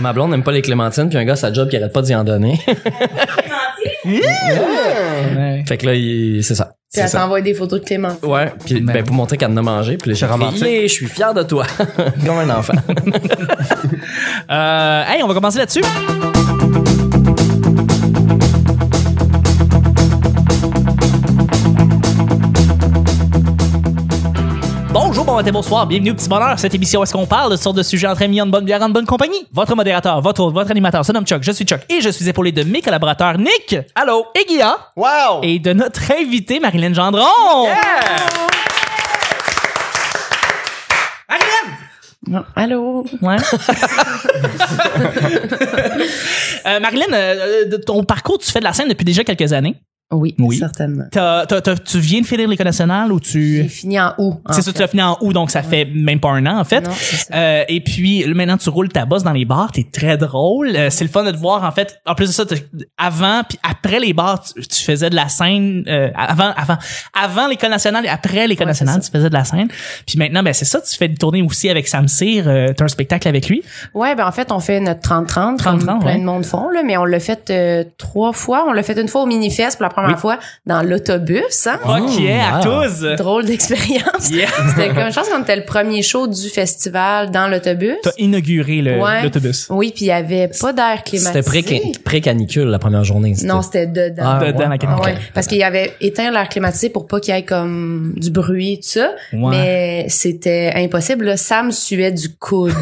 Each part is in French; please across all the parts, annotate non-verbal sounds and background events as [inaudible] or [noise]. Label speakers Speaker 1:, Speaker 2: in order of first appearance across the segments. Speaker 1: Ma blonde n'aime pas les clémentines, puis un gars, sa job, qui arrête pas d'y en donner.
Speaker 2: Ouais.
Speaker 1: fait que là, il- c'est ça.
Speaker 3: Puis
Speaker 1: C'est
Speaker 3: elle
Speaker 1: ça.
Speaker 3: t'envoie des photos de Clément.
Speaker 1: Ouais, puis
Speaker 2: Ben
Speaker 1: ben,
Speaker 2: oui.
Speaker 1: pour montrer qu'elle en a mangé, puis les gens
Speaker 4: romantique.
Speaker 1: fait, Yeah, je suis fier de toi, [laughs] comme un enfant.
Speaker 2: Euh, hey, on va commencer là-dessus. Bonjour, bon matin, bonsoir, bienvenue au Petit Bonheur. Cette émission où est-ce qu'on parle de sortes de sujets entre amis, en bonne bière, en bonne compagnie. Votre modérateur, votre hôte, votre animateur se nomme Chuck, je suis Chuck et je suis épaulé de mes collaborateurs Nick, allô, et Guilla,
Speaker 4: Wow!
Speaker 2: et de notre invitée Marilyn Gendron.
Speaker 3: Allô?
Speaker 2: Ouais. [laughs] Euh, Marilyn, euh, euh, de ton parcours, tu fais de la scène depuis déjà quelques années.
Speaker 3: Oui,
Speaker 2: Oui.
Speaker 3: certainement.
Speaker 2: T'as- t'as- t'as- tu viens de finir l'École nationale ou
Speaker 3: J'ai
Speaker 2: tu...
Speaker 3: fini en août. en
Speaker 2: C'est ça,
Speaker 3: fait.
Speaker 2: tu l'as fini en août, donc ça fait même pas un an, en fait.
Speaker 3: Non, c'est ça.
Speaker 2: Euh, et puis, là, maintenant, tu roules ta bosse dans les bars, t'es très drôle. Euh, c'est le fun de te voir, en fait. En plus de ça, t'as- avant puis après les bars, tu, tu faisais de la scène. euh, avant avant avant l'École nationale et après l'École
Speaker 3: Ouais,
Speaker 2: nationale,
Speaker 3: c'est
Speaker 2: tu faisais de la scène. Puis maintenant, ben c'est ça, tu fais des tournées aussi avec Sam Cyr. euh, t'as un spectacle avec lui.
Speaker 3: Ouais, ben en fait, on fait notre 30-30, comme
Speaker 2: 30-30,
Speaker 3: plein
Speaker 2: ouais.
Speaker 3: de monde font, là, mais on l'a fait euh, trois fois. On l'a fait une fois au mini-fest pour la première
Speaker 2: Oui.
Speaker 3: fois dans l'autobus. Hein?
Speaker 2: Ok, à
Speaker 1: wow.
Speaker 2: tous.
Speaker 3: Drôle
Speaker 2: [laughs]
Speaker 3: d'expérience.
Speaker 2: Yeah.
Speaker 3: C'était comme, je pense qu'on était le premier show du festival dans l'autobus.
Speaker 2: T'as inauguré le-
Speaker 3: Ouais.
Speaker 2: l'autobus.
Speaker 3: Oui, puis il y avait pas d'air climatisé.
Speaker 1: C'était pré- pré-canicule la première journée.
Speaker 3: Non, c'était dedans.
Speaker 1: Ah,
Speaker 2: Dedans,
Speaker 1: ouais.
Speaker 2: la
Speaker 3: Ah
Speaker 2: canicule.
Speaker 3: ouais, parce qu'il y avait éteint l'air climatisé pour pas qu'il y ait comme du bruit tout ça,
Speaker 2: Ouais.
Speaker 3: mais c'était impossible. Là. Sam suait du
Speaker 2: [laughs]
Speaker 3: coude.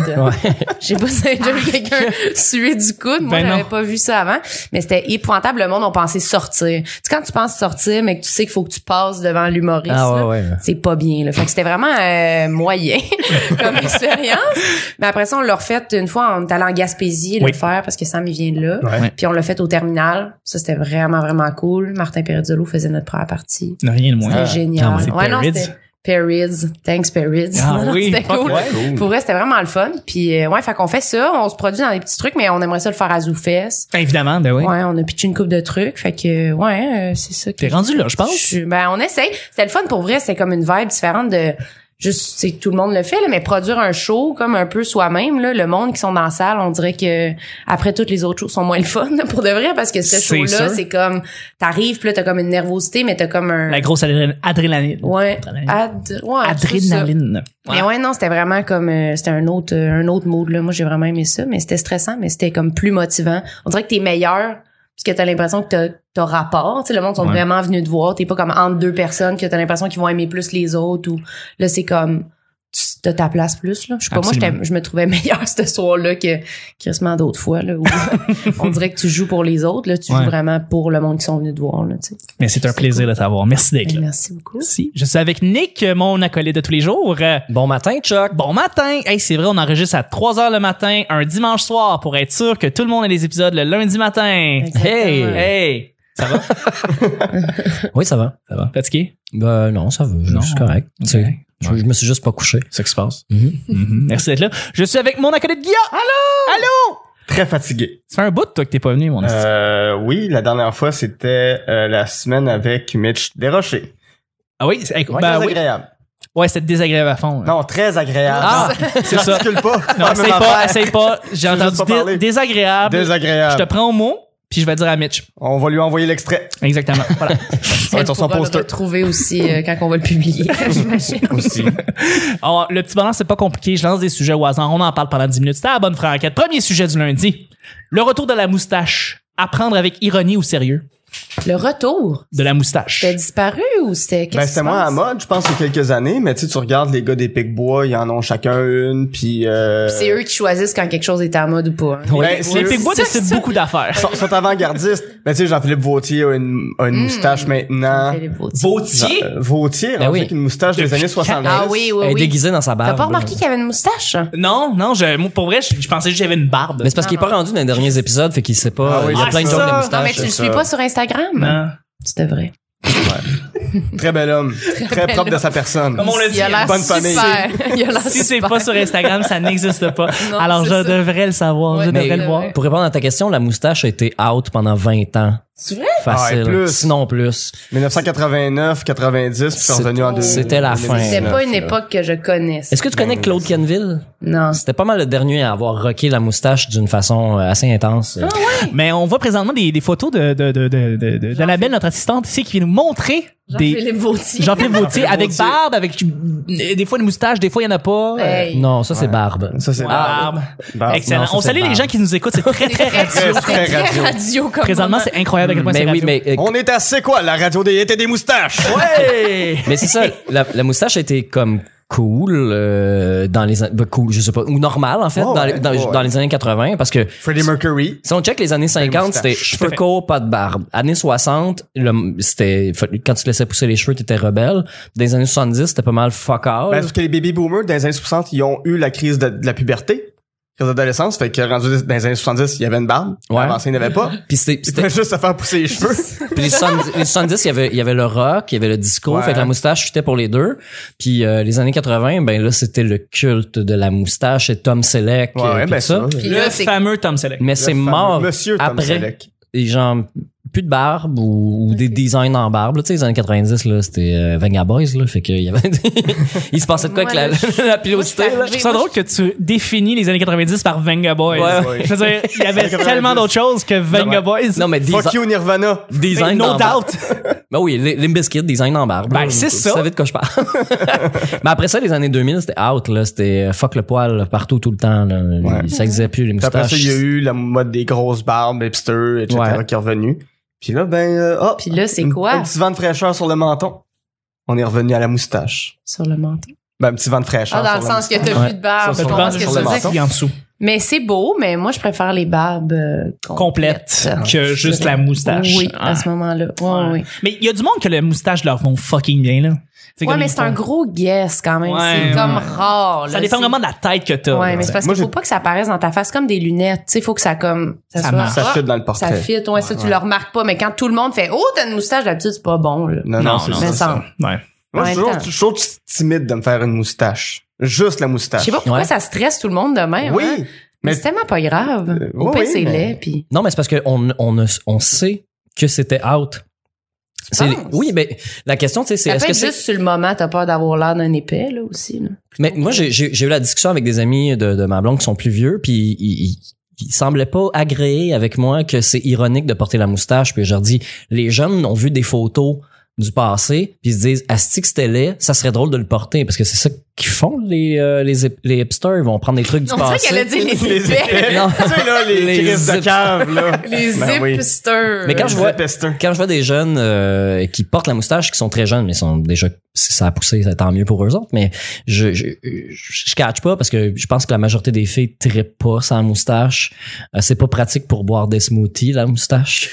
Speaker 3: J'ai pas ça déjà vu quelqu'un suer du coude. Moi,
Speaker 2: Ben
Speaker 3: j'avais
Speaker 2: non.
Speaker 3: pas vu ça avant, mais c'était épouvantable. Le monde, on pensait sortir. Tu sais, quand tu penses sortir, mais que tu sais qu'il faut que tu passes devant l'humoriste,
Speaker 1: Ah ouais,
Speaker 3: là,
Speaker 1: ouais.
Speaker 3: c'est pas bien. Là. Fait que c'était vraiment euh, moyen [laughs] comme expérience. Mais après ça, on l'a refait une fois, on est allé en Gaspésie
Speaker 2: Oui.
Speaker 3: le faire parce que Sam, il vient de là.
Speaker 4: Ouais.
Speaker 3: Puis on l'a fait au terminal. Ça, c'était vraiment, vraiment cool. Martin Peridolo faisait notre première partie.
Speaker 2: Non, rien de moins.
Speaker 3: C'était
Speaker 2: Ah,
Speaker 3: génial.
Speaker 2: c'est
Speaker 3: Ouais, non,
Speaker 2: Perrids.
Speaker 3: c'était Perrids. Thanks, Perrids.
Speaker 2: Ah
Speaker 3: [laughs] Non, non,
Speaker 2: oui,
Speaker 3: c'était
Speaker 2: fuck
Speaker 3: cool.
Speaker 4: ouais, cool.
Speaker 3: Pour vrai, c'était vraiment le fun. Puis, euh, ouais, fait qu'on fait ça. On se produit dans des petits trucs, mais on aimerait ça le faire à ZooFest.
Speaker 2: Évidemment, ben oui.
Speaker 3: Ouais, on a pitché une coupe de trucs. Fait que, euh, ouais, euh, c'est ça.
Speaker 2: T'es
Speaker 3: qui
Speaker 2: rendu là, je pense.
Speaker 3: je suis- ben, on essaye. C'était le fun pour vrai. C'était comme une vibe différente de juste, c'est que tout le monde le fait, là, mais produire un show comme un peu soi-même, là, le monde qui sont dans la salle, on dirait que après toutes les autres shows sont moins le fun, [laughs] là, pour de vrai, parce que ce
Speaker 2: C'est
Speaker 3: show-là,
Speaker 2: sûr.
Speaker 3: c'est comme, t'arrives, puis là, t'as comme une nervosité, mais t'as comme un,
Speaker 2: La grosse adrénaline. adrénaline.
Speaker 3: ouais,
Speaker 2: Adrénaline.
Speaker 3: ad- ouais, tout
Speaker 2: Adrénaline.
Speaker 3: ça. Mais ouais, non, c'était vraiment comme, euh, c'était un autre, euh, un autre mode, là. Moi, j'ai vraiment aimé ça, mais c'était stressant, mais c'était comme plus motivant. On dirait que t'es meilleur. Parce que t'as l'impression que t'as, t'as rapport, tu sais, le monde sont
Speaker 2: Ouais.
Speaker 3: vraiment venus te voir. T'es pas comme entre deux personnes que t'as l'impression qu'ils vont aimer plus les autres ou là c'est comme tu- t'as ta place plus là. Je sais pas, moi
Speaker 2: Absolument.
Speaker 3: j'étais- je me trouvais [laughs] meilleure ce soir-là que quasiment d'autres fois
Speaker 2: [laughs]
Speaker 3: là. Où on dirait que tu joues pour les autres là, tu
Speaker 2: Ouais.
Speaker 3: joues vraiment pour le monde qui sont venus te voir là. tu sais.
Speaker 2: Mais c'est un
Speaker 3: C'est
Speaker 2: plaisir de t'avoir. Merci d'être
Speaker 3: Ben,
Speaker 2: là.
Speaker 3: Merci beaucoup.
Speaker 2: Merci. Je suis avec Nick, mon acolyte de tous les jours. Euh,
Speaker 1: Bon matin, Chuck.
Speaker 2: Bon matin! Hey, c'est vrai, on enregistre à 3 h le matin, un dimanche soir, pour être sûr que tout le monde a les épisodes le lundi matin.
Speaker 3: Exactement.
Speaker 2: Hey! Ça va?
Speaker 1: Oui, ça va.
Speaker 2: Ça va. Fatigué?
Speaker 1: Ben non, ça va. Je
Speaker 2: Non.
Speaker 1: suis correct.
Speaker 2: Ok.
Speaker 1: Tu sais, Je, je me suis juste pas couché.
Speaker 2: C'est ce qui se passe.
Speaker 1: Mhm.
Speaker 2: Merci d'être là. Je suis avec mon acolyte Guilla. Allô? Allô?
Speaker 4: Très fatigué.
Speaker 2: Ça fait un bout, toi, que t'es pas venu, mon esti.
Speaker 4: Euh, oui, la dernière fois, c'était euh, la semaine avec Mitch Desrochers.
Speaker 2: Ah oui? c'est- hey,
Speaker 4: Ouais,
Speaker 2: ben
Speaker 4: très
Speaker 2: oui.
Speaker 4: agréable.
Speaker 2: Ouais, c'était désagréable à fond. là.
Speaker 4: Non, très agréable. [laughs]
Speaker 2: Ah, c'est ça.
Speaker 4: J'articule pas.
Speaker 2: Non,
Speaker 4: Même
Speaker 2: essaye
Speaker 4: affaire.
Speaker 2: pas, essaye
Speaker 4: [laughs]
Speaker 2: pas. J'ai
Speaker 4: veux
Speaker 2: entendu
Speaker 4: juste pas
Speaker 2: dé-
Speaker 4: parler.
Speaker 2: désagréable. Je te
Speaker 4: Désagréable.
Speaker 2: prends au mot, puis je vais dire à Mitch.
Speaker 4: On va lui envoyer l'extrait.
Speaker 2: Exactement. [laughs] Voilà.
Speaker 4: Ça va être sur son
Speaker 3: On pourra euh, le
Speaker 4: poster.
Speaker 3: retrouver aussi euh, quand on va le publier. [laughs] j'imagine.
Speaker 4: Aussi.
Speaker 2: Alors, le petit balance, c'est pas compliqué. Je lance des sujets au hasard. On en parle pendant 10 minutes. C'était à la bonne franquette. Premier sujet du lundi. Le retour de la moustache. Apprendre avec ironie ou sérieux
Speaker 3: Le retour,
Speaker 2: de la moustache.
Speaker 3: t'as disparu ou c'était qu'est-ce
Speaker 4: Ben,
Speaker 3: qui
Speaker 4: c'était
Speaker 3: se
Speaker 4: moins à
Speaker 3: passe?
Speaker 4: mode, je pense, il y a quelques années, mais tu sais, tu regardes les gars des Pic-Bois, ils en ont chacun une, puis... Euh...
Speaker 3: C'est eux qui choisissent quand quelque chose est en mode ou pas. hein.
Speaker 4: Ouais,
Speaker 2: Les
Speaker 4: c'est eux-
Speaker 2: Pigbois décident beaucoup d'affaires.
Speaker 4: sont, sont avant-gardistes. Mais tu sais, Jean-Philippe Vautier a une, a une
Speaker 3: Hmm.
Speaker 4: moustache maintenant.
Speaker 3: Philippe Vautier.
Speaker 2: Vautier?
Speaker 4: Euh, Vautier,
Speaker 1: Ben
Speaker 4: on
Speaker 1: oui.
Speaker 4: dirait qu'il a une moustache des
Speaker 2: Depuis
Speaker 4: années 70.
Speaker 3: Ah oui, oui,
Speaker 1: Elle est
Speaker 3: oui.
Speaker 1: déguisée dans sa barbe.
Speaker 3: T'as pas
Speaker 1: là.
Speaker 3: remarqué qu'il y avait une moustache?
Speaker 2: Non, non, je, moi, pour vrai, je, je pensais juste que j'avais une barbe.
Speaker 1: Mais c'est parce qu'il est pas rendu dans les derniers épisodes, fait qu'il sait pas.
Speaker 4: Ah oui,
Speaker 1: il y a
Speaker 2: ah,
Speaker 1: plein de
Speaker 2: c'est
Speaker 1: jokes de
Speaker 2: ça.
Speaker 3: Non, mais
Speaker 1: moustache.
Speaker 2: Hein?
Speaker 3: tu le
Speaker 4: ça.
Speaker 3: suis pas sur Instagram?
Speaker 2: Non.
Speaker 3: Tu devrais.
Speaker 4: Très bel homme. Très
Speaker 3: bel
Speaker 4: propre de
Speaker 3: homme.
Speaker 4: sa personne.
Speaker 2: Comme on l'a dit,
Speaker 3: Il a l'air
Speaker 4: Bonne
Speaker 3: super.
Speaker 4: famille.
Speaker 3: [laughs] Il a l'air
Speaker 2: si c'est
Speaker 3: super.
Speaker 2: pas sur Instagram, ça n'existe pas.
Speaker 3: Non,
Speaker 2: Alors, je
Speaker 3: c'est ça.
Speaker 2: devrais le savoir.
Speaker 3: Ouais,
Speaker 2: je
Speaker 3: mais-
Speaker 2: devrais le voir.
Speaker 1: Pour répondre à ta question, la moustache a été out pendant 20 ans.
Speaker 3: C'est vrai?
Speaker 1: Facile.
Speaker 4: Ah, et plus.
Speaker 1: Sinon plus.
Speaker 4: 1989, 90, puis c'est
Speaker 1: C'est-
Speaker 4: revenu en 2000.
Speaker 1: c'était la fin.
Speaker 3: C'était
Speaker 1: Ouais,
Speaker 3: pas une époque que je connaisse.
Speaker 1: Est-ce que tu connais Claude Canville?
Speaker 3: Non.
Speaker 1: C'était pas mal le dernier à avoir rocké la moustache d'une façon euh, assez intense.
Speaker 2: Ah Mais on voit présentement des, des photos de, de, de, de, de, de- d'Annabelle, notre assistante ici, qui vient nous montrer des
Speaker 3: Jean-Philippe Vautier.
Speaker 2: Jean-Philippe Vautier
Speaker 4: Jean-Philippe
Speaker 2: avec
Speaker 4: Vautier.
Speaker 2: barbe, avec euh, des fois une moustache, des fois il y en a pas. euh,
Speaker 3: Hey.
Speaker 1: Non, ça c'est barbe. Ah,
Speaker 4: Ça, c'est
Speaker 2: barbe.
Speaker 4: Barbe.
Speaker 2: Excellent.
Speaker 1: Non, ça,
Speaker 2: on
Speaker 1: c'est
Speaker 2: salue les
Speaker 1: barbe.
Speaker 2: gens qui nous écoutent. C'est
Speaker 3: [laughs]
Speaker 2: très, très
Speaker 3: Très
Speaker 2: rare.
Speaker 3: radio.
Speaker 4: Très,
Speaker 3: C'est
Speaker 4: très
Speaker 3: très radio comme
Speaker 2: Présentement,
Speaker 3: moment.
Speaker 2: c'est incroyable à quel point c'est
Speaker 1: Mais oui,
Speaker 2: radio.
Speaker 1: mais euh,
Speaker 2: [laughs]
Speaker 4: On est à C'est quoi la radio des été des moustaches?
Speaker 1: [laughs]
Speaker 2: Ouais!
Speaker 1: Mais c'est ça, la, la moustache a été comme cool euh, dans les an- ben, cool, je sais pas, ou normal en fait
Speaker 4: Ouais,
Speaker 1: dans, les-
Speaker 4: ouais,
Speaker 1: dans,
Speaker 4: ouais.
Speaker 1: dans les années 80 parce que
Speaker 4: Freddie Mercury.
Speaker 1: si on check les années 50,
Speaker 4: Ben, moustache.
Speaker 1: c'était cheveux courts, pas de barbe. Années 60, le- c'était fa- quand tu te laissais pousser les cheveux, t'étais rebelle. Dans les années 70, c'était pas mal fuck all.
Speaker 4: Ben, parce que les baby boomers, dans les années 60, ils ont eu la crise de, de la puberté, crise d'adolescence. Fait que rendu dans les années 70, il y avait une barbe.
Speaker 1: Ouais.
Speaker 4: Avant ça, il n'y avait
Speaker 1: [laughs]
Speaker 4: pas.
Speaker 1: Puis c'était-
Speaker 4: Ils [laughs]
Speaker 1: c'était-
Speaker 4: pouvaient juste se faire pousser les cheveux.
Speaker 1: Puis les 70, les 70, il y avait il y avait le rock, il y avait le disco,
Speaker 4: Ouais.
Speaker 1: fait que la moustache chutait pour les deux. Puis euh, les années 80, ben là c'était le culte de la moustache et Tom Selleck
Speaker 4: Ouais,
Speaker 1: euh,
Speaker 4: ouais,
Speaker 1: puis
Speaker 4: ben
Speaker 1: tout ça.
Speaker 4: ça.
Speaker 3: Puis
Speaker 2: Le
Speaker 3: là, c'est
Speaker 2: fameux Tom Selleck.
Speaker 1: Mais [laughs]
Speaker 4: Le
Speaker 1: c'est
Speaker 4: fameux
Speaker 1: mort
Speaker 4: Monsieur Tom
Speaker 1: après.
Speaker 4: Selleck.
Speaker 1: Et genre plus de barbe ou, ou des designs en barbe là, tu sais les années 90 là c'était euh, Venga Boys là fait que il y avait [laughs] il se passait de quoi
Speaker 3: Moi,
Speaker 1: avec [laughs] la, la pilosité là.
Speaker 2: Je trouve ça drôle que tu définis les années 90 par Venga Boys.
Speaker 1: Ouais,
Speaker 4: ouais.
Speaker 2: Je veux dire, il
Speaker 1: [laughs]
Speaker 2: y avait
Speaker 4: 90.
Speaker 2: tellement d'autres choses que Venga Boys.
Speaker 1: non mais
Speaker 4: Fuck
Speaker 1: desi-
Speaker 4: you, Nirvana.
Speaker 1: design
Speaker 2: no
Speaker 1: en barbe.
Speaker 2: doubt.
Speaker 1: Ben oui, Lim- Limp Bizkit, design en barbe.
Speaker 2: Ben,
Speaker 1: Là,
Speaker 2: c'est
Speaker 1: vous-
Speaker 2: ça.
Speaker 1: Vous savez de quoi je parle. [laughs] Mais après ça, les années 2000, c'était out, là. C'était euh, fuck le poil là, partout, tout le temps, là.
Speaker 4: Ouais.
Speaker 1: Ça existait plus, les
Speaker 4: Puis après
Speaker 1: moustaches.
Speaker 4: ça, il y a eu la mode des grosses barbes, hipster, etc.
Speaker 1: Ouais.
Speaker 4: qui est revenue. Puis là, ben, euh, oh,
Speaker 3: Puis là, c'est
Speaker 4: une-
Speaker 3: quoi?
Speaker 4: Un petit vent de fraîcheur sur le menton. On est revenu à la moustache.
Speaker 3: sur le menton.
Speaker 4: Ben, un petit vent de fraîcheur.
Speaker 3: Ah, dans le
Speaker 4: sur la
Speaker 3: sens que t'as
Speaker 1: Ouais.
Speaker 3: plus de barbe.
Speaker 4: Ça,
Speaker 3: je
Speaker 4: sur le
Speaker 3: comprends ce que
Speaker 4: menton.
Speaker 3: tu veux
Speaker 4: Sur le
Speaker 3: dire.
Speaker 4: menton.
Speaker 2: Qui est en dessous.
Speaker 3: Mais c'est beau, mais moi, je préfère les barbes euh,
Speaker 2: Complète.
Speaker 3: complètes.
Speaker 2: Que juste la moustache.
Speaker 3: Ah, Oui,
Speaker 2: Ah.
Speaker 3: à ce moment-là. Ouais,
Speaker 2: Ouais.
Speaker 3: oui.
Speaker 2: Mais il y a du monde que le moustache leur vont fucking bien, là. C'est
Speaker 3: Ouais,
Speaker 2: comme
Speaker 3: mais
Speaker 2: ils
Speaker 3: c'est un
Speaker 2: font-
Speaker 3: gros guess quand même.
Speaker 2: Ouais,
Speaker 3: c'est comme
Speaker 2: ouais.
Speaker 3: rare.
Speaker 2: Ça
Speaker 3: là.
Speaker 2: dépend
Speaker 3: C'est-
Speaker 2: vraiment de la tête que t'as.
Speaker 3: Ouais, mais c'est parce
Speaker 4: Moi,
Speaker 3: qu'il faut
Speaker 4: j'ai-
Speaker 3: pas que ça apparaisse dans ta face comme des lunettes. Tu sais, faut que ça comme
Speaker 2: Ça
Speaker 3: soit-
Speaker 2: marche.
Speaker 4: menton. Ça
Speaker 3: Ah,
Speaker 4: chute dans le portrait.
Speaker 3: Ça fit, ouais, ça tu le remarques pas, mais quand tout le monde fait Oh, t'as une moustache d'habitude, c'est pas bon. Là.
Speaker 4: Non, non, c'est
Speaker 3: mais
Speaker 4: ça.
Speaker 3: ça.
Speaker 2: Ouais.
Speaker 4: Moi,
Speaker 3: En
Speaker 4: je
Speaker 3: même
Speaker 4: suis toujours-
Speaker 3: temps.
Speaker 4: je suis toujours timide de me faire une moustache. Juste la
Speaker 3: Je
Speaker 4: moustache.
Speaker 3: sais pas pourquoi
Speaker 1: Ouais.
Speaker 3: ça stresse tout le monde de même.
Speaker 4: Oui.
Speaker 3: hein. Mais,
Speaker 4: mais-
Speaker 3: c'est tellement pas grave.
Speaker 4: Euh,
Speaker 3: Au
Speaker 4: oui,
Speaker 3: pire,
Speaker 4: oui,
Speaker 3: c'est
Speaker 4: mais-
Speaker 3: laid, puis
Speaker 1: Non, mais c'est parce qu'on on, a- on sait que c'était out. C'est-
Speaker 3: penses?
Speaker 1: Oui, mais la question, tu sais, c'est
Speaker 3: ça
Speaker 1: est-ce
Speaker 3: peut
Speaker 1: que
Speaker 3: être
Speaker 1: c'est
Speaker 3: juste sur le moment, t'as peur d'avoir l'air d'un épais, là, aussi. Là.
Speaker 1: Mais moi, j'ai- j'ai j'ai eu la discussion avec des amis de, de ma blonde qui sont plus vieux, puis ils, ils, ils semblaient pas agréer avec moi que c'est ironique de porter la moustache. Puis je leur dis, les jeunes ont vu des photos du passé, puis ils se disent, asti que c'était laid, ça serait drôle de le porter, parce que c'est ça qu'ils font les, euh, les, hip- les hipsters, ils vont prendre des trucs du
Speaker 3: On dirait
Speaker 1: passé.
Speaker 3: qu'elle a dit
Speaker 4: [laughs]
Speaker 3: les
Speaker 4: les
Speaker 3: épais,
Speaker 1: Non.
Speaker 4: Tu sais, là, les,
Speaker 1: Les
Speaker 4: crises de
Speaker 1: zips.
Speaker 4: cave, là.
Speaker 3: les
Speaker 4: Ben oui.
Speaker 3: hipsters.
Speaker 1: Mais quand je vois-
Speaker 4: Les pestins.
Speaker 1: Quand je vois des jeunes euh, qui portent la moustache, qui sont très jeunes, mais sont déjà si ça a poussé, ça, tant mieux pour eux autres. Mais je je, je, je catch pas parce que je pense que la majorité des filles trippent pas sans moustache. Euh, c'est pas pratique pour boire des smoothies la moustache.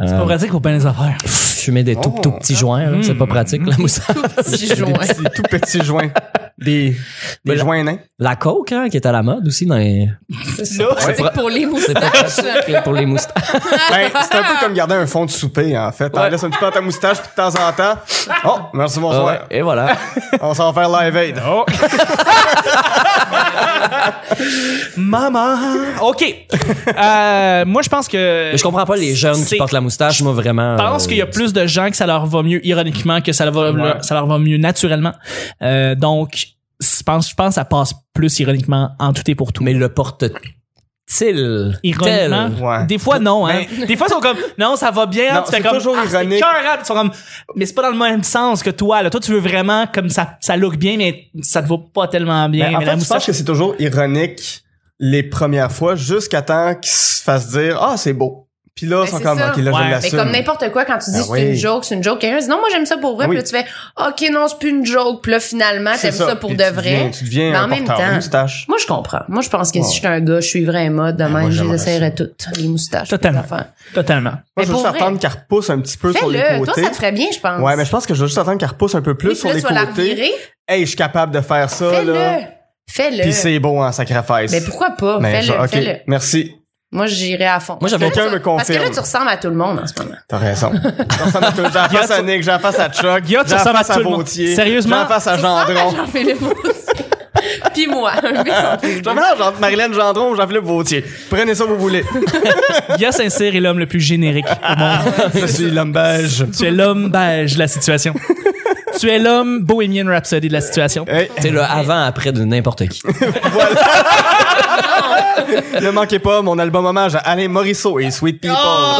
Speaker 1: Euh,
Speaker 2: C'est pas pratique pour bien les affaires.
Speaker 1: pff, Fumer des tout,
Speaker 4: Oh.
Speaker 1: tout petits joints, là, c'est pas
Speaker 2: Mm.
Speaker 1: pratique la moustache.
Speaker 3: Petit joint.
Speaker 4: Des petits- tout petits joints. [laughs] Des, Ben, des
Speaker 1: Mais la-
Speaker 3: [laughs]
Speaker 4: joints nains.
Speaker 1: La coke hein, qui est à la mode aussi dans les.
Speaker 3: C'est
Speaker 1: Ouais.
Speaker 3: pour les
Speaker 1: C'est pas
Speaker 3: moustaches.
Speaker 1: pratique là, pour les moustaches.
Speaker 4: Ben, c'est un peu comme garder un fond de souper, en fait. T'en laisses un petit peu à ta moustache, puis de temps en [laughs] temps. Oh, merci, bonsoir.
Speaker 1: Ouais, et voilà.
Speaker 4: On s'en va faire live aid.
Speaker 2: Maman! [laughs] OK. Euh, moi, je pense que...
Speaker 1: Mais je comprends pas les jeunes qui
Speaker 2: C'est-
Speaker 1: portent la moustache, moi vraiment.
Speaker 2: Je pense
Speaker 1: euh,
Speaker 2: qu'il y a plus de gens que ça leur va mieux ironiquement que ça, leur va,
Speaker 4: Ouais.
Speaker 2: ça leur va mieux naturellement. Euh, donc, je pense, je pense que ça passe plus ironiquement en tout et pour tout.
Speaker 1: Mais le porte-t-il
Speaker 2: ironiquement,
Speaker 1: tel?
Speaker 4: Ouais. Ben-
Speaker 2: des fois non. Hein. Des fois, ils sont comme, non, ça va bien. hein.
Speaker 4: Non,
Speaker 2: tu fais
Speaker 4: c'est
Speaker 2: comme,
Speaker 4: toujours
Speaker 2: ah, c'est
Speaker 4: ironique.
Speaker 2: écœurant. Ils sont comme, mais c'est pas dans le même sens que toi. Là. Toi, tu veux vraiment comme ça, ça look bien, mais ça te va pas tellement bien.
Speaker 4: Ben, en
Speaker 2: mais
Speaker 4: fait,
Speaker 2: la
Speaker 4: je pense
Speaker 2: moustache,
Speaker 4: que c'est toujours ironique les premières fois jusqu'à temps qu'ils se fassent dire Ah, c'est beau. Puis là, ils
Speaker 3: Ben,
Speaker 4: sont
Speaker 3: c'est
Speaker 4: comme
Speaker 3: ça.
Speaker 4: OK, là,
Speaker 2: Ouais.
Speaker 4: je
Speaker 3: Mais
Speaker 4: l'assume.
Speaker 3: comme n'importe quoi, quand tu dis
Speaker 4: Ben
Speaker 3: c'est
Speaker 4: oui.
Speaker 3: une joke, c'est une joke, quelqu'un dit non, moi j'ime ça pour vrai,
Speaker 4: Ben
Speaker 3: puis là tu fais ok, non, c'est plus une joke, puis là finalement
Speaker 4: C'est
Speaker 3: t'aimes ça, pour
Speaker 4: Puis
Speaker 3: de
Speaker 4: tu deviens-
Speaker 3: vrai.
Speaker 4: Tu deviens
Speaker 3: Mais en
Speaker 4: un
Speaker 3: même
Speaker 4: porteur de
Speaker 3: temps-
Speaker 4: moustache.
Speaker 3: Moi je comprends. Moi je pense que
Speaker 4: Ouais.
Speaker 3: si j'étais un gars, je suivrais un mode de
Speaker 4: Ben, moi,
Speaker 3: même, je les
Speaker 4: j'aimerais
Speaker 3: essayerais toutes, les moustaches.
Speaker 2: Totalement.
Speaker 3: les affaires.
Speaker 2: totalement.
Speaker 4: Moi, je
Speaker 3: Mais
Speaker 4: veux
Speaker 3: pour
Speaker 4: juste
Speaker 3: vrai.
Speaker 4: attendre qu'elle repousse un petit peu sur les
Speaker 3: Fais-le, toi
Speaker 4: côtés.
Speaker 3: ça te ferait bien, je pense.
Speaker 4: Ouais, mais je pense que je veux juste attendre qu'elle repousse un peu plus
Speaker 3: Puis
Speaker 4: sur
Speaker 3: là,
Speaker 4: les
Speaker 3: tu vas la
Speaker 4: côtés.
Speaker 3: revirer,
Speaker 4: Hey, je suis capable de faire ça, là.
Speaker 3: Fais-le. Fais-le.
Speaker 4: Puis c'est beau en sacrifice.
Speaker 3: Mais pourquoi pas?
Speaker 4: Mais
Speaker 3: Fais-le,
Speaker 4: je- OK,
Speaker 3: fais-le.
Speaker 4: merci.
Speaker 3: Moi, j'irais à fond.
Speaker 1: Moi, j'avais-
Speaker 3: Parce que là,
Speaker 4: Quelqu'un
Speaker 3: tu-
Speaker 4: me
Speaker 3: Parce que là,
Speaker 4: confirme.
Speaker 3: tu ressembles à tout le monde en ce moment. [laughs]
Speaker 4: T'as raison. Je ressemble à tout- J'ai la face à Nick, j'ai la face à Chuck, j'ai
Speaker 2: Guillaume,
Speaker 4: la
Speaker 2: tu ressembles
Speaker 4: face
Speaker 2: à
Speaker 4: à
Speaker 2: tout le monde.
Speaker 4: Vautier,
Speaker 2: Sérieusement?
Speaker 4: j'ai la face à
Speaker 3: Tu ressembles à
Speaker 4: Gendron.
Speaker 3: Jean-Philippe Vautier. Puis moi. Mais-
Speaker 4: Je te mélange entre Marilyn Gendron ou Jean-Philippe Vautier. Prenez ça, vous voulez.
Speaker 2: Guillaume Saint-Cyr est l'homme le plus générique au monde.
Speaker 4: Je suis l'homme beige.
Speaker 2: Tu es l'homme beige de la situation. tu es l'homme bohémien Rhapsody de la situation.
Speaker 4: Hey,
Speaker 1: C'est le avant-après de n'importe qui.
Speaker 4: ne manquez pas mon album hommage à Alain Morisseau et Sweet People.
Speaker 3: Ah,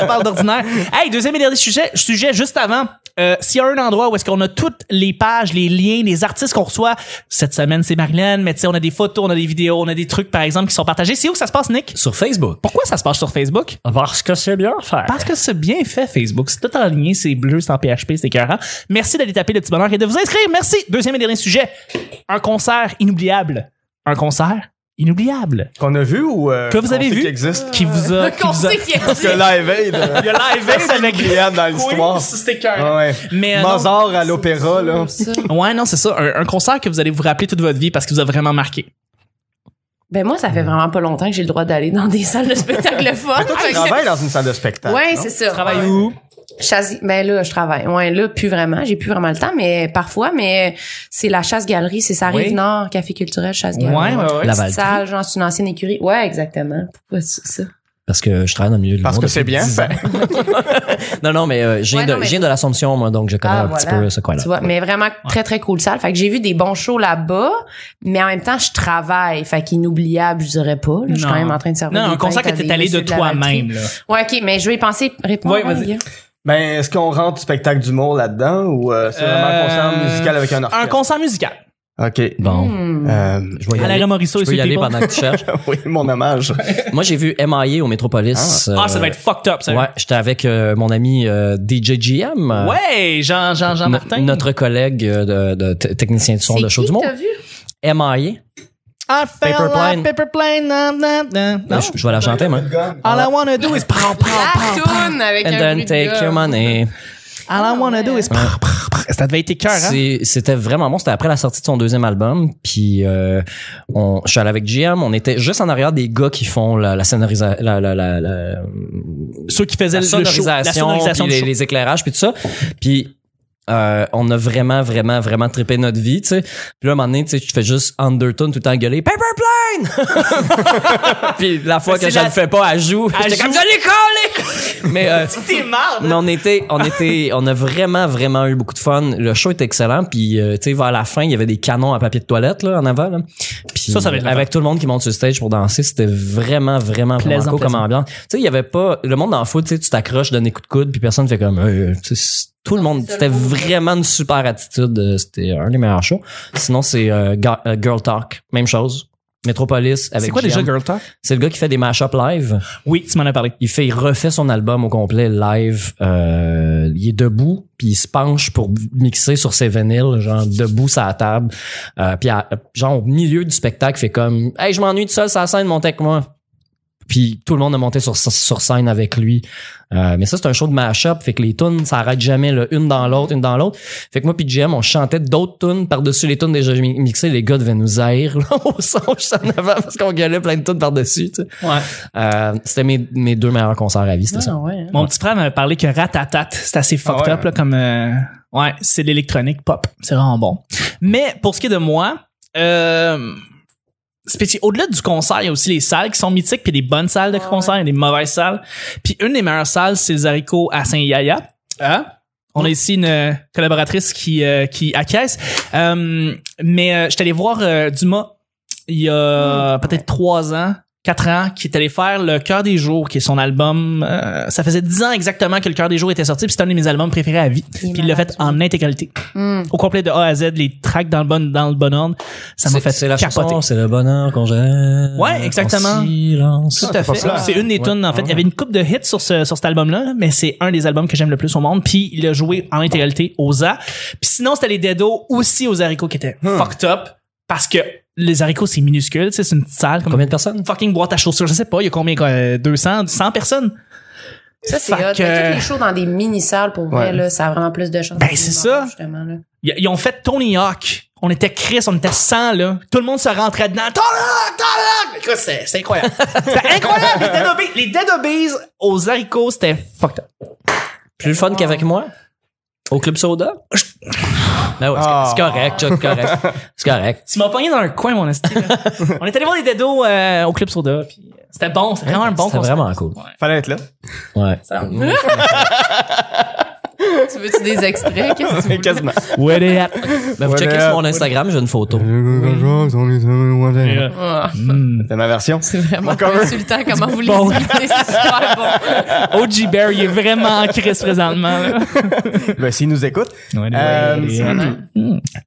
Speaker 2: on parle d'ordinaire. Hey, deuxième et dernier sujet, sujet juste avant. Euh, S'il y a un endroit où est-ce qu'on a toutes les pages, les liens, les artistes qu'on reçoit, cette semaine c'est Marilyn, mais tu sais, on a des photos, on a des vidéos, on a des trucs par exemple qui sont partagés. C'est où que ça se passe, Nick?
Speaker 1: Sur Facebook.
Speaker 2: Pourquoi ça se passe sur Facebook?
Speaker 1: Parce que c'est bien faire.
Speaker 2: Parce que c'est bien fait, Facebook. C'est tout en ligne, c'est bleu, c'est en PHP, c'est écœurant. Merci d'aller taper le petit bonheur et de vous inscrire. Merci. Deuxième et dernier sujet. Un concert inoubliable. Un concert inoubliable.
Speaker 4: Qu'on a vu ou euh,
Speaker 2: Que vous
Speaker 4: qu'on
Speaker 2: avez
Speaker 4: sait
Speaker 2: vu.
Speaker 4: qu'il existe?
Speaker 3: Ah.
Speaker 2: Qui vous a... qui
Speaker 3: Qu'on
Speaker 2: vous a-
Speaker 3: sait qu'il
Speaker 4: Parce que Live Aid. euh,
Speaker 2: Il y a Live Aid avec...
Speaker 4: Liam dans l'histoire.
Speaker 2: Oui, c'est écœurant.
Speaker 4: Ah ouais.
Speaker 2: Mais, euh, non.
Speaker 4: Mozart à l'opéra, là.
Speaker 2: Ouais, non, c'est ça. Un, un concert que vous allez vous rappeler toute votre vie parce qu'il vous a vraiment marqué.
Speaker 3: Ben moi, ça fait vraiment pas longtemps que j'ai le droit d'aller dans des salles de spectacle fun. Fait
Speaker 4: Tu
Speaker 3: que-
Speaker 4: travailles dans une salle de spectacle.
Speaker 3: Ouais,
Speaker 4: non?
Speaker 3: c'est ça.
Speaker 2: Travaille où?
Speaker 3: Chasse, ben là, je travaille. Ouais, là, plus vraiment. J'ai plus vraiment le temps, mais parfois, mais c'est la chasse-galerie. C'est ça
Speaker 2: Oui.
Speaker 3: arrive Nord, Café culturel,
Speaker 2: Ouais,
Speaker 3: chasse-galerie.
Speaker 2: ouais, ouais.
Speaker 1: La
Speaker 3: Petite
Speaker 1: Valtrie.
Speaker 3: salle, genre, c'est une ancienne écurie. Ouais, exactement. Pourquoi c'est ça?
Speaker 1: Parce que je travaille dans le milieu de
Speaker 4: Parce
Speaker 1: l'humour
Speaker 4: que c'est
Speaker 1: depuis
Speaker 4: bien
Speaker 1: 10
Speaker 4: fait.
Speaker 1: ans. Non, non, mais euh, je viens
Speaker 3: Ouais,
Speaker 1: de,
Speaker 3: non, mais-
Speaker 1: je viens de l'Assomption, moi, donc je connais
Speaker 3: Ah,
Speaker 1: un petit
Speaker 3: voilà.
Speaker 1: peu euh, ce coin-là.
Speaker 3: Tu vois, mais vraiment très, très cool salle. Fait que j'ai vu des bons shows là-bas, mais en même temps, je travaille. Fait qu'inoubliable, je dirais pas. là. Je suis
Speaker 2: Non.
Speaker 3: quand même en train de servir.
Speaker 2: Non,
Speaker 3: des
Speaker 2: un concert que
Speaker 3: pintes à
Speaker 2: t'es
Speaker 3: des
Speaker 2: allé de
Speaker 3: messieurs la
Speaker 2: toi-même, là.
Speaker 3: Valtrie. Ouais, OK, mais je vais y penser. Réponds.
Speaker 2: Ouais,
Speaker 3: hein,
Speaker 2: vas-y.
Speaker 3: Guillaume.
Speaker 4: Ben, est-ce qu'on rentre du spectacle d'humour là-dedans ou euh, c'est vraiment un concert
Speaker 2: Euh,
Speaker 4: musical avec un orchestre?
Speaker 2: Un concert musical.
Speaker 4: OK.
Speaker 1: Bon,
Speaker 3: Hmm.
Speaker 4: Euh, [laughs]
Speaker 1: je vais y
Speaker 2: Alain
Speaker 1: aller.
Speaker 2: Morisseau et
Speaker 1: Je peux
Speaker 2: Sweet
Speaker 1: y aller
Speaker 2: People.
Speaker 1: pendant que tu
Speaker 2: [laughs]
Speaker 1: cherches.
Speaker 4: oui, mon hommage. [laughs]
Speaker 1: Moi, j'ai vu MIA au Métropolis. euh,
Speaker 2: Ah, ça va être fucked up, ça.
Speaker 1: Ouais, j'étais avec euh, mon ami euh, DJ GM. euh,
Speaker 2: Ouais, Jean, Jean, Jean
Speaker 1: no-
Speaker 2: Martin.
Speaker 1: Notre collègue euh, de, de t- technicien de son
Speaker 3: C'est
Speaker 1: de Show
Speaker 3: qui
Speaker 1: du Monde.
Speaker 3: t'as vu?
Speaker 1: MIA.
Speaker 2: I fell
Speaker 1: Paper
Speaker 2: like
Speaker 1: Plane.
Speaker 2: paper plane. nam, nam, nam. Non?
Speaker 1: Je, je vais la chanter, moi.
Speaker 2: All I wanna do is pow, pow,
Speaker 3: La
Speaker 2: pow, pow.
Speaker 3: toune avec
Speaker 1: And
Speaker 3: un
Speaker 1: then
Speaker 3: bruit de
Speaker 1: take
Speaker 3: gars.
Speaker 1: your money.
Speaker 2: All I wanna do is pow, pow, pow. Ça devait être écœur, hein?
Speaker 1: C'est- C'était vraiment bon. C'était après la sortie de son deuxième album. Puis euh, on, je suis allé avec GM. On était juste en arrière des gars qui font la, la scénarisation, la, la, la, la-
Speaker 2: Ceux qui faisaient
Speaker 1: la
Speaker 2: le show. La
Speaker 1: sonorisation,
Speaker 2: sonorisation
Speaker 1: puis
Speaker 2: du
Speaker 1: les,
Speaker 2: show.
Speaker 1: les éclairages, puis tout ça. Puis euh, on a vraiment, vraiment, vraiment trippé notre vie, tu sais. Puis là, à un moment donné, tu sais, tu fais juste Undertone tout le temps gueuler « Paper Plane! » [laughs] Puis la fois
Speaker 2: Mais
Speaker 1: que
Speaker 2: c'est
Speaker 1: je
Speaker 2: la-
Speaker 1: le fais pas, elle joue.
Speaker 2: Elle
Speaker 1: J'étais comme «
Speaker 2: joue.
Speaker 1: Je l'ai collé! » Mais... euh,
Speaker 2: T'es marre,
Speaker 1: mais on était, on était, on a vraiment, vraiment eu beaucoup de fun. Le show était excellent. Puis, euh, tu sais, vers la fin, il y avait des canons à papier de toilette là en avant. Là. Puis,
Speaker 2: Ça, ça va être le
Speaker 1: avec tout le monde qui monte sur le stage pour danser, c'était vraiment, vraiment,
Speaker 2: Plaisant,
Speaker 1: vraiment cool comme
Speaker 2: plaisant.
Speaker 1: ambiance. Tu sais, il y avait pas le monde en foot. Tu sais, tu t'accroches, donnes des coups de coude, puis personne fait comme. euh, tu sais, c'est- tout le monde, c'était vraiment une super attitude. Euh, C'était un des meilleurs shows. Sinon, c'est euh, Ga- euh, Girl Talk, même chose. Metropolis avec
Speaker 2: C'est quoi
Speaker 1: JM.
Speaker 2: déjà Girl Talk?
Speaker 1: C'est le gars qui fait des mashups live
Speaker 2: Oui, tu m'en as parlé.
Speaker 1: il fait, il refait son album au complet live. Euh, il est debout, puis il se penche pour mixer sur ses vinyles, genre debout sa table. Euh, puis à- genre au milieu du spectacle, il fait comme, hey, je m'ennuie tout seul, sa scène, montez avec moi. Puis tout le monde a monté sur, sur, sur scène avec lui. Euh, mais ça, c'est un show de mashup, fait que les tunes, ça arrête jamais, là, une dans l'autre, une dans l'autre. Fait que moi puis GM, on chantait d'autres tunes par-dessus les tunes déjà mi- mixées. Les gars devaient nous haïr là, [laughs] au son juste en avant parce qu'on gueulait plein de tunes par-dessus. tu sais.
Speaker 2: Ouais.
Speaker 1: Euh, c'était mes, mes deux meilleurs concerts à vie, c'était ça.
Speaker 3: Ah, ouais, hein.
Speaker 2: Mon petit frère m'avait parlé que Ratatat, c'est assez fucked
Speaker 4: Ah ouais.
Speaker 2: up là, comme euh, ouais, c'est de l'électronique pop, c'est vraiment bon. Mais pour ce qui est de moi, euh, c'est petit. au-delà du concert, il y a aussi les salles qui sont mythiques, puis des bonnes salles de
Speaker 3: Ah Ouais.
Speaker 2: concert, il y a des mauvaises salles. Puis une des meilleures salles, c'est les haricots à Saint-Yaya. Hein?
Speaker 1: Ah?
Speaker 2: On a ici une collaboratrice qui euh, qui acquiesce. Euh, mais euh, je suis allé voir euh, Dumas il y
Speaker 1: Hmm.
Speaker 2: a peut-être trois ans, quatre ans, qui est allé faire Le Cœur des Jours, qui est son album. euh, ça faisait dix ans exactement que Le Cœur des Jours était sorti, puis c'est un de mes albums préférés à vie. Puis il l'a
Speaker 3: malade,
Speaker 2: fait en intégralité,
Speaker 3: Hmm.
Speaker 2: au complet de A à Z, les tracks dans le bon dans le bon ordre. Ça m'a
Speaker 1: C'est-
Speaker 2: fait
Speaker 1: c'est la
Speaker 2: capoter.
Speaker 1: chanson, c'est le bonheur qu'on gêne.
Speaker 2: Ouais, exactement. Ah.
Speaker 1: Silence.
Speaker 2: Tout à fait.
Speaker 4: populaire.
Speaker 2: C'est une des
Speaker 1: Ouais.
Speaker 2: tunes, en fait. Il y avait une coupe de hits sur ce, sur cet album-là, mais c'est un des albums que j'aime le plus au monde. Puis il a joué en intégralité aux A. Puis sinon, c'était les Dedos aussi aux haricots qui étaient fucked up parce que les haricots, c'est minuscule. tu sais, C'est une petite salle. Comme
Speaker 1: Combien de personnes?
Speaker 2: une fucking boîte à chaussures. Je sais pas, il y a combien, quoi, euh, 200, 100 personnes?
Speaker 3: Ça, c'est
Speaker 2: Fait
Speaker 3: hot.
Speaker 2: que-
Speaker 3: Mais Toutes les shows dans des mini-salles, pour vrai,
Speaker 4: Ouais.
Speaker 3: là, ça a vraiment plus de chance.
Speaker 2: Ben, c'est ça.
Speaker 3: Justement, là.
Speaker 2: Ils ils ont fait Tony Hawk. On était Chris, on était 100, là. Tout le monde se rentrait dedans. Tony Hawk, Tony Hawk! Mais Chris, c'est c'est incroyable. C'était incroyable, les Dead Obeez. Les Dead Obeez aux haricots, c'était fucked up.
Speaker 1: Plus le
Speaker 2: Ah.
Speaker 1: fun qu'avec moi? Au Club Soda? Ben ouais, c'est-
Speaker 4: Ah.
Speaker 1: c'est correct, Chuck, c'est correct. C'est correct.
Speaker 2: Tu m'as pogné dans un coin, mon esti. [laughs] là. on est allé voir les dedos euh, au Club Soda. puis, euh, C'était bon, c'était vraiment un bon
Speaker 1: C'était
Speaker 2: concert.
Speaker 1: vraiment cool.
Speaker 4: Fallait être là.
Speaker 1: Ouais. Ben,
Speaker 3: Tu veux-tu des extraits? Qu'est-ce que tu veux?
Speaker 4: Quasiment.
Speaker 2: Ouais, les hats.
Speaker 1: Ben, vous
Speaker 4: Ouais,
Speaker 1: checkez
Speaker 4: là,
Speaker 1: sur mon Instagram, j'ai une photo.
Speaker 4: C'est
Speaker 3: Ah,
Speaker 2: Hmm.
Speaker 4: ma version.
Speaker 3: c'est vraiment
Speaker 4: Mon cover.
Speaker 3: insultant comment vous les
Speaker 2: Bon.
Speaker 3: imitez, c'est super bon.
Speaker 2: OG Bear, il est vraiment en crise présentement. là.
Speaker 4: Ben, s'il nous écoute. Euh,
Speaker 2: Euh,
Speaker 4: c'est-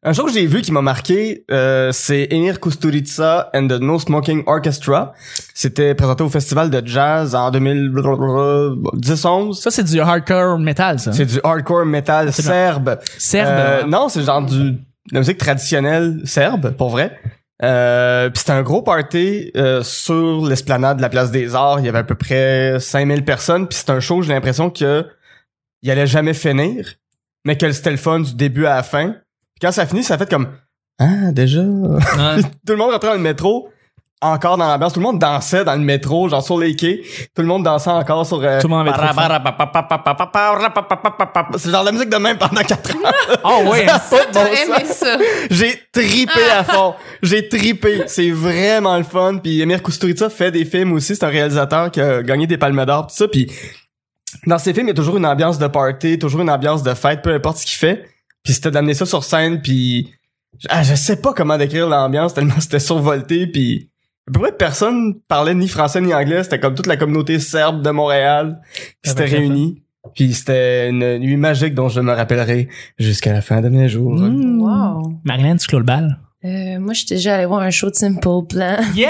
Speaker 4: Un jour que j'ai vu qui m'a marqué, euh, c'est Enir Kusturica and the No Smoking Orchestra. C'était présenté au festival de jazz en 2010-11.
Speaker 2: Ça, c'est du hardcore metal, ça.
Speaker 4: C'est du hardcore metal
Speaker 2: Absolument.
Speaker 4: serbe.
Speaker 2: Serbe.
Speaker 4: Euh,
Speaker 2: hein.
Speaker 4: non, c'est genre du, de la musique traditionnelle serbe, pour vrai. Euh, Puis c'était un gros party euh, sur l'esplanade de la place des arts. Il y avait à peu près 5000 personnes. Puis c'était un show, j'ai l'impression que il allait jamais finir, mais que c'était le fun du début à la fin. Puis quand ça finit, ça fait comme Ah, déjà.
Speaker 2: Ouais.
Speaker 4: [laughs] tout le monde rentrait dans le métro, encore dans l'ambiance. Tout le monde dansait dans le métro, genre sur les quais. Tout le monde dansait encore sur. euh,
Speaker 2: Tout le monde en métro.
Speaker 4: C'est genre de la musique de même pendant 4 heures.
Speaker 2: Oh, ouais.
Speaker 4: [laughs] Pas de bon
Speaker 3: T'as
Speaker 4: sens.
Speaker 3: aimé ça?
Speaker 4: J'ai tripé à fond. J'ai tripé. C'est vraiment le fun. Puis Emir Kusturica fait des films aussi. C'est un réalisateur qui a gagné des palmes d'or, tout ça. Puis dans ses films, il y a toujours une ambiance de party, toujours une ambiance de fête, peu importe ce qu'il fait. Puis c'était d'amener ça sur scène, puis ah, je sais pas comment décrire l'ambiance tellement c'était survolté, puis à peu près personne parlait ni français ni anglais. C'était comme toute la communauté serbe de Montréal qui
Speaker 2: Ça va
Speaker 4: s'était
Speaker 2: être
Speaker 4: réunie. Puis c'était une nuit magique dont je me rappellerai jusqu'à la fin de mes jours.
Speaker 2: Mmh.
Speaker 3: Wow.
Speaker 2: Marilyn, tu clôt le bal.
Speaker 3: Euh, moi, j'étais déjà allée voir un show de Simple Plan.
Speaker 2: Yes!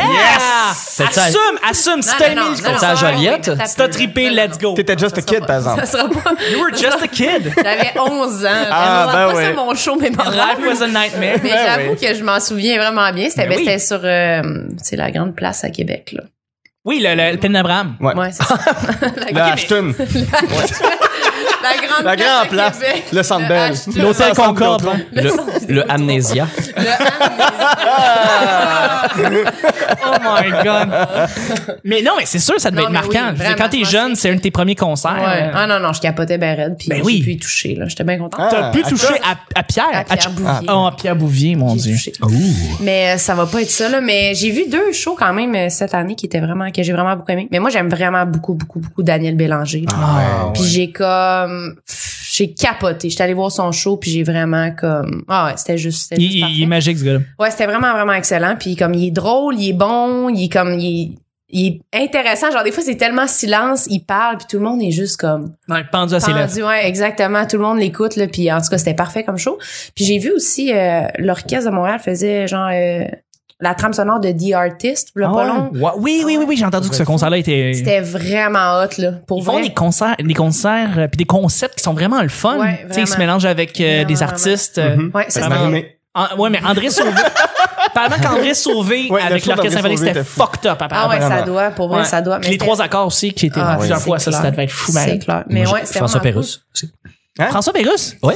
Speaker 1: C'était-
Speaker 2: Assume, assume. Si t'as aimé le
Speaker 1: non,
Speaker 2: concert,
Speaker 1: non. Joliette?
Speaker 2: si t'as trippé, let's go.
Speaker 4: T'étais just a kid, par exemple.
Speaker 3: Ça sera pas...
Speaker 2: You were just a kid.
Speaker 3: J'avais 11 ans.
Speaker 4: Ah,
Speaker 3: Ah,
Speaker 4: ben
Speaker 3: pas
Speaker 4: ouais.
Speaker 3: ça mon show
Speaker 2: Life
Speaker 3: mémorable.
Speaker 2: was a nightmare.
Speaker 3: Mais
Speaker 4: Ben
Speaker 3: j'avoue
Speaker 4: oui.
Speaker 3: que je m'en souviens vraiment bien. C'était
Speaker 2: Ben
Speaker 3: ben,
Speaker 2: oui.
Speaker 3: c'était sur euh, c'est la grande place à Québec là.
Speaker 2: Oui, le, le, le Pen d'Abraham.
Speaker 4: Ouais.
Speaker 3: Ouais, c'est
Speaker 4: [laughs]
Speaker 3: ça. la,
Speaker 4: Ah. Le
Speaker 3: la
Speaker 4: Ashton,
Speaker 3: grande place
Speaker 4: la
Speaker 3: à
Speaker 4: grande place,
Speaker 3: Québec.
Speaker 4: le Centre
Speaker 3: Le
Speaker 4: Bell,
Speaker 3: Ashton.
Speaker 2: L'hôtel
Speaker 4: Centre
Speaker 2: Concorde.
Speaker 4: Vidéotron.
Speaker 2: [laughs]
Speaker 1: Le, le Amnésia.
Speaker 3: Le
Speaker 2: Oh my god.
Speaker 3: [laughs]
Speaker 2: mais non, mais c'est sûr, ça devait
Speaker 3: Non,
Speaker 2: être
Speaker 3: mais oui,
Speaker 2: marquant. Je veux dire, quand
Speaker 3: vraiment,
Speaker 2: t'es
Speaker 3: je
Speaker 2: jeune,
Speaker 3: pense
Speaker 2: c'est un de tes premiers concerts.
Speaker 4: [laughs]
Speaker 3: ouais.
Speaker 2: Euh,
Speaker 3: Ah non non, je capotais ben raide puis
Speaker 2: Ben
Speaker 3: j'ai
Speaker 2: oui.
Speaker 3: pu y toucher là, j'étais bien contente.
Speaker 4: Ah,
Speaker 2: T'as pu
Speaker 4: à
Speaker 2: toucher
Speaker 4: toi.
Speaker 2: à, à Pierre.
Speaker 3: À Pierre
Speaker 2: Ch-
Speaker 3: Bouvier.
Speaker 2: Ah, à Pierre Bouvier, mon
Speaker 3: J'ai
Speaker 2: Dieu.
Speaker 3: touché. Mais euh, ça va pas être ça là, mais j'ai vu deux shows quand même euh, cette année qui étaient vraiment que j'ai vraiment beaucoup aimé. Mais moi j'aime vraiment beaucoup beaucoup beaucoup Daniel Bélanger. là.
Speaker 2: Ah,
Speaker 3: Puis j'ai comme pff, j'ai capoté. J'étais allée voir son show puis j'ai vraiment comme ah ouais, c'était juste c'était
Speaker 2: Il,
Speaker 3: juste
Speaker 2: il- il est
Speaker 3: parfait.
Speaker 2: magique, ce gars-là.
Speaker 3: Ouais, c'était vraiment vraiment excellent puis comme il est drôle, il est bon, il est comme il est, il est intéressant, genre des fois c'est tellement silence, il parle puis tout le monde est juste comme
Speaker 2: Ouais, pendu à ses lèvres.
Speaker 3: Pendu, ouais, exactement. Tout le monde l'écoute, là. Puis en tout cas, c'était parfait comme show. Puis j'ai vu aussi euh, l'orchestre de Montréal faisait genre euh, la trame sonore de The Artist, le
Speaker 2: Ah
Speaker 3: pas
Speaker 2: ouais.
Speaker 3: long.
Speaker 2: Ouais, Oui, oui, oui, oui, j'ai entendu que ce concert-là était.
Speaker 3: C'était vraiment hot, là. Pour
Speaker 2: Ils font
Speaker 3: vrai.
Speaker 2: des concerts, des concerts, euh, puis des concepts qui sont vraiment le fun.
Speaker 3: Ouais,
Speaker 2: Tu sais, ils se
Speaker 3: vraiment.
Speaker 2: mélangent avec euh, des
Speaker 3: Vraiment,
Speaker 2: artistes. euh,
Speaker 4: Mhm.
Speaker 3: Ouais, ça,
Speaker 4: Ça
Speaker 3: c'était-
Speaker 4: m'a rimé.
Speaker 2: en- ouais, mais André Sauvé.
Speaker 4: [laughs]
Speaker 2: Apparemment qu'André Sauvé
Speaker 4: Ouais, le
Speaker 2: avec
Speaker 4: show d'André
Speaker 2: l'orchestre symphonique,
Speaker 4: Sauvé
Speaker 2: c'était
Speaker 4: était fou.
Speaker 2: fucked up.
Speaker 3: Ah
Speaker 2: apparemment.
Speaker 3: ouais, ça
Speaker 4: Apparemment.
Speaker 3: doit, pour vrai,
Speaker 2: Ouais.
Speaker 3: ça doit.
Speaker 2: Puis les
Speaker 3: c'était-
Speaker 2: trois accords aussi qui étaient
Speaker 3: Ah,
Speaker 2: rendus plusieurs
Speaker 3: c'est
Speaker 2: fois, ça,
Speaker 3: clair.
Speaker 2: ça devait être fou,
Speaker 3: C'est
Speaker 2: mal.
Speaker 3: clair. Mais
Speaker 1: Moi,
Speaker 3: ouais,
Speaker 1: j'ai-
Speaker 3: c'était
Speaker 1: François
Speaker 3: vraiment
Speaker 1: Pérusse. aussi.
Speaker 2: François Pérusse?
Speaker 1: Ouais,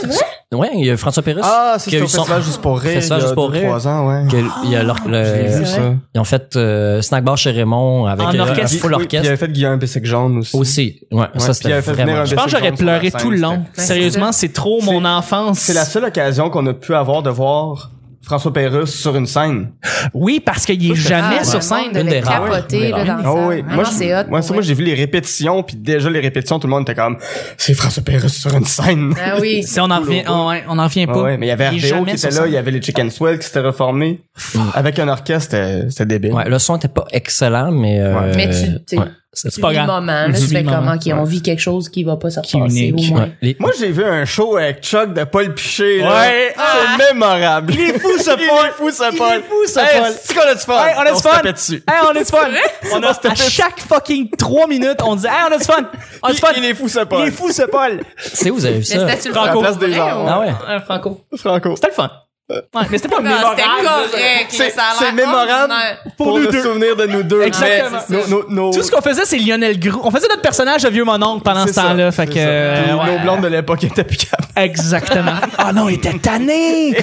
Speaker 1: ouais, il y a François Pérusse.
Speaker 4: Ah, ça,
Speaker 1: Que
Speaker 4: c'était au
Speaker 1: ils sont-
Speaker 4: festival juste pour rire.
Speaker 1: Festival
Speaker 4: il y a
Speaker 1: Juste pour
Speaker 4: deux,
Speaker 1: rire.
Speaker 4: trois ans, ouais.
Speaker 1: que- il y a leur- le-
Speaker 4: J'ai vu
Speaker 3: c'est
Speaker 4: ça.
Speaker 1: ils ont fait euh, Snack Bar chez Raymond avec
Speaker 2: En
Speaker 1: euh, un
Speaker 2: orchestre.
Speaker 1: full
Speaker 4: Oui, puis Il
Speaker 1: orchestre
Speaker 4: avait fait Guillaume Pessec jaune aussi.
Speaker 1: aussi. Ouais,
Speaker 4: Ouais,
Speaker 1: ça
Speaker 4: puis il
Speaker 1: c'était
Speaker 4: avait fait venir
Speaker 1: vraiment.
Speaker 4: un
Speaker 2: Je pense que j'aurais
Speaker 4: Jaune sur
Speaker 2: pleuré
Speaker 4: la
Speaker 2: tout le
Speaker 4: scène,
Speaker 2: long.
Speaker 3: c'était-
Speaker 2: Sérieusement, c'est trop
Speaker 4: C'est-
Speaker 2: mon enfance.
Speaker 4: C'est la seule occasion qu'on a pu avoir de voir François Pérusse sur une scène.
Speaker 2: Oui, parce qu'il est
Speaker 4: Ça, c'est-
Speaker 2: jamais
Speaker 3: Ah,
Speaker 2: sur
Speaker 3: le
Speaker 2: scène.
Speaker 3: monde devait
Speaker 1: Une des rares.
Speaker 3: capoter,
Speaker 1: Ouais,
Speaker 3: là,
Speaker 1: une des rares.
Speaker 3: dans la
Speaker 4: Ah
Speaker 3: salle.
Speaker 4: oui,
Speaker 3: Ah
Speaker 4: moi,
Speaker 3: non,
Speaker 4: je-
Speaker 3: c'est hot.
Speaker 4: moi,
Speaker 3: pour
Speaker 4: ça, moi
Speaker 3: vrai.
Speaker 4: j'ai vu les répétitions, puis déjà les répétitions, tout le monde était comme c'est François Pérusse sur une scène.
Speaker 3: Ah
Speaker 2: [laughs]
Speaker 3: oui.
Speaker 2: Si on en revient, on, ouais, on en revient
Speaker 4: Ah
Speaker 2: pas.
Speaker 4: ouais, mais il y avait
Speaker 2: Il est
Speaker 4: RDO
Speaker 2: jamais
Speaker 4: qui était
Speaker 2: sur
Speaker 4: là, il y
Speaker 2: scène.
Speaker 4: avait les Chicken Swell qui s'étaient reformés. Avec un orchestre, c'était- c'était débile.
Speaker 1: Ouais, le son était pas excellent, mais. euh,
Speaker 3: Mais tu- tu-
Speaker 1: c'est-
Speaker 3: C'est
Speaker 2: pas
Speaker 3: pas grave.
Speaker 2: grave.
Speaker 3: moment, là,
Speaker 2: Mhm.
Speaker 3: tu fais
Speaker 2: Le
Speaker 3: comme,
Speaker 2: moment,
Speaker 3: OK, on vit quelque chose qui va pas se
Speaker 2: Qui est
Speaker 3: repasser, au
Speaker 2: unique.
Speaker 3: moins.
Speaker 1: Ouais, les-
Speaker 4: Moi, j'ai vu un show avec Chuck de Paul Piché. là.
Speaker 2: Ouais. Ah.
Speaker 4: C'est mémorable. Il est fou, ce Paul. [laughs] Il est fou, ce Paul.
Speaker 2: est fou, ce
Speaker 4: Hey,
Speaker 2: Paul.
Speaker 4: c'est qu'on a du fun.
Speaker 2: Hey, on a du
Speaker 4: se
Speaker 2: fun.
Speaker 4: tapait dessus.
Speaker 2: Hey,
Speaker 4: [laughs]
Speaker 2: on est du fun! On a, à chaque fucking trois minutes, on dit Hey, on a du fun! On a du
Speaker 4: Il-
Speaker 2: fun!
Speaker 4: il est fou, ce Paul.
Speaker 2: Il est fou, ce Paul!
Speaker 1: C'est où vous avez vu
Speaker 3: Mais
Speaker 1: ça?
Speaker 3: c'était-tu le
Speaker 2: Franco.
Speaker 3: fun
Speaker 4: Place
Speaker 3: pour
Speaker 4: des
Speaker 3: vrai,
Speaker 4: gens.
Speaker 3: ou-
Speaker 1: Ah ouais.
Speaker 2: Ah, Franco.
Speaker 4: [laughs] Franco.
Speaker 2: C'était le fun. Ouais, mais c'était pas
Speaker 3: Non,
Speaker 2: mémorable.
Speaker 3: Ah, c'était correct.
Speaker 4: C'est
Speaker 3: ça a l'air
Speaker 4: c'est mémorable
Speaker 3: ordinaire.
Speaker 4: pour,
Speaker 2: Pour nous
Speaker 4: le
Speaker 2: deux.
Speaker 4: souvenir de nous deux.
Speaker 2: Exactement.
Speaker 4: Mais nos- nos- nos-
Speaker 2: Tout ce qu'on faisait, c'est Lionel Groux. On faisait notre personnage de vieux mononcle pendant
Speaker 4: c'est
Speaker 2: ce
Speaker 4: ça,
Speaker 2: temps-là.
Speaker 4: c'est
Speaker 2: Fait que.
Speaker 4: ça.
Speaker 2: euh,
Speaker 4: Puis
Speaker 2: ouais.
Speaker 4: Nos blondes de l'époque étaient plus capables.
Speaker 2: Exactement. Ah non, il était [laughs] tanné!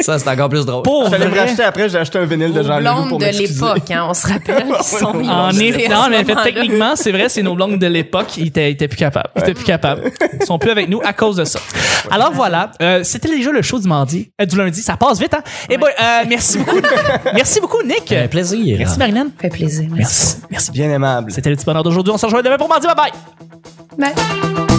Speaker 1: Ça, c'est encore plus drôle.
Speaker 2: Pour
Speaker 4: Je l'ai
Speaker 2: vrai.
Speaker 4: racheter après, j'ai acheté un vinyle de Jean Leloup pour
Speaker 3: blondes de
Speaker 4: m'excuser.
Speaker 3: l'époque, hein, on se rappelle qu'ils sont
Speaker 4: [laughs] Ouais, ouais, ouais.
Speaker 2: En
Speaker 3: identifiés
Speaker 2: effet,
Speaker 3: à
Speaker 2: non,
Speaker 3: ce
Speaker 2: mais en fait,
Speaker 3: moment-là.
Speaker 2: techniquement, c'est vrai, c'est nos blondes de l'époque. Ils étaient, ils étaient plus capables. Ils étaient plus capables. Ils sont plus avec nous à cause de ça. Alors voilà, euh, c'était déjà le show du mardi, euh, du lundi. Ça passe vite, hein? Eh ben, euh, merci beaucoup. merci beaucoup, Nick.
Speaker 1: Un plaisir.
Speaker 2: Merci, Marilyn.
Speaker 3: Fait plaisir.
Speaker 2: Merci. Merci.
Speaker 4: Bien aimable.
Speaker 2: C'était le petit bonheur d'aujourd'hui. On se rejoint demain pour mardi. Bye bye.
Speaker 3: Bye.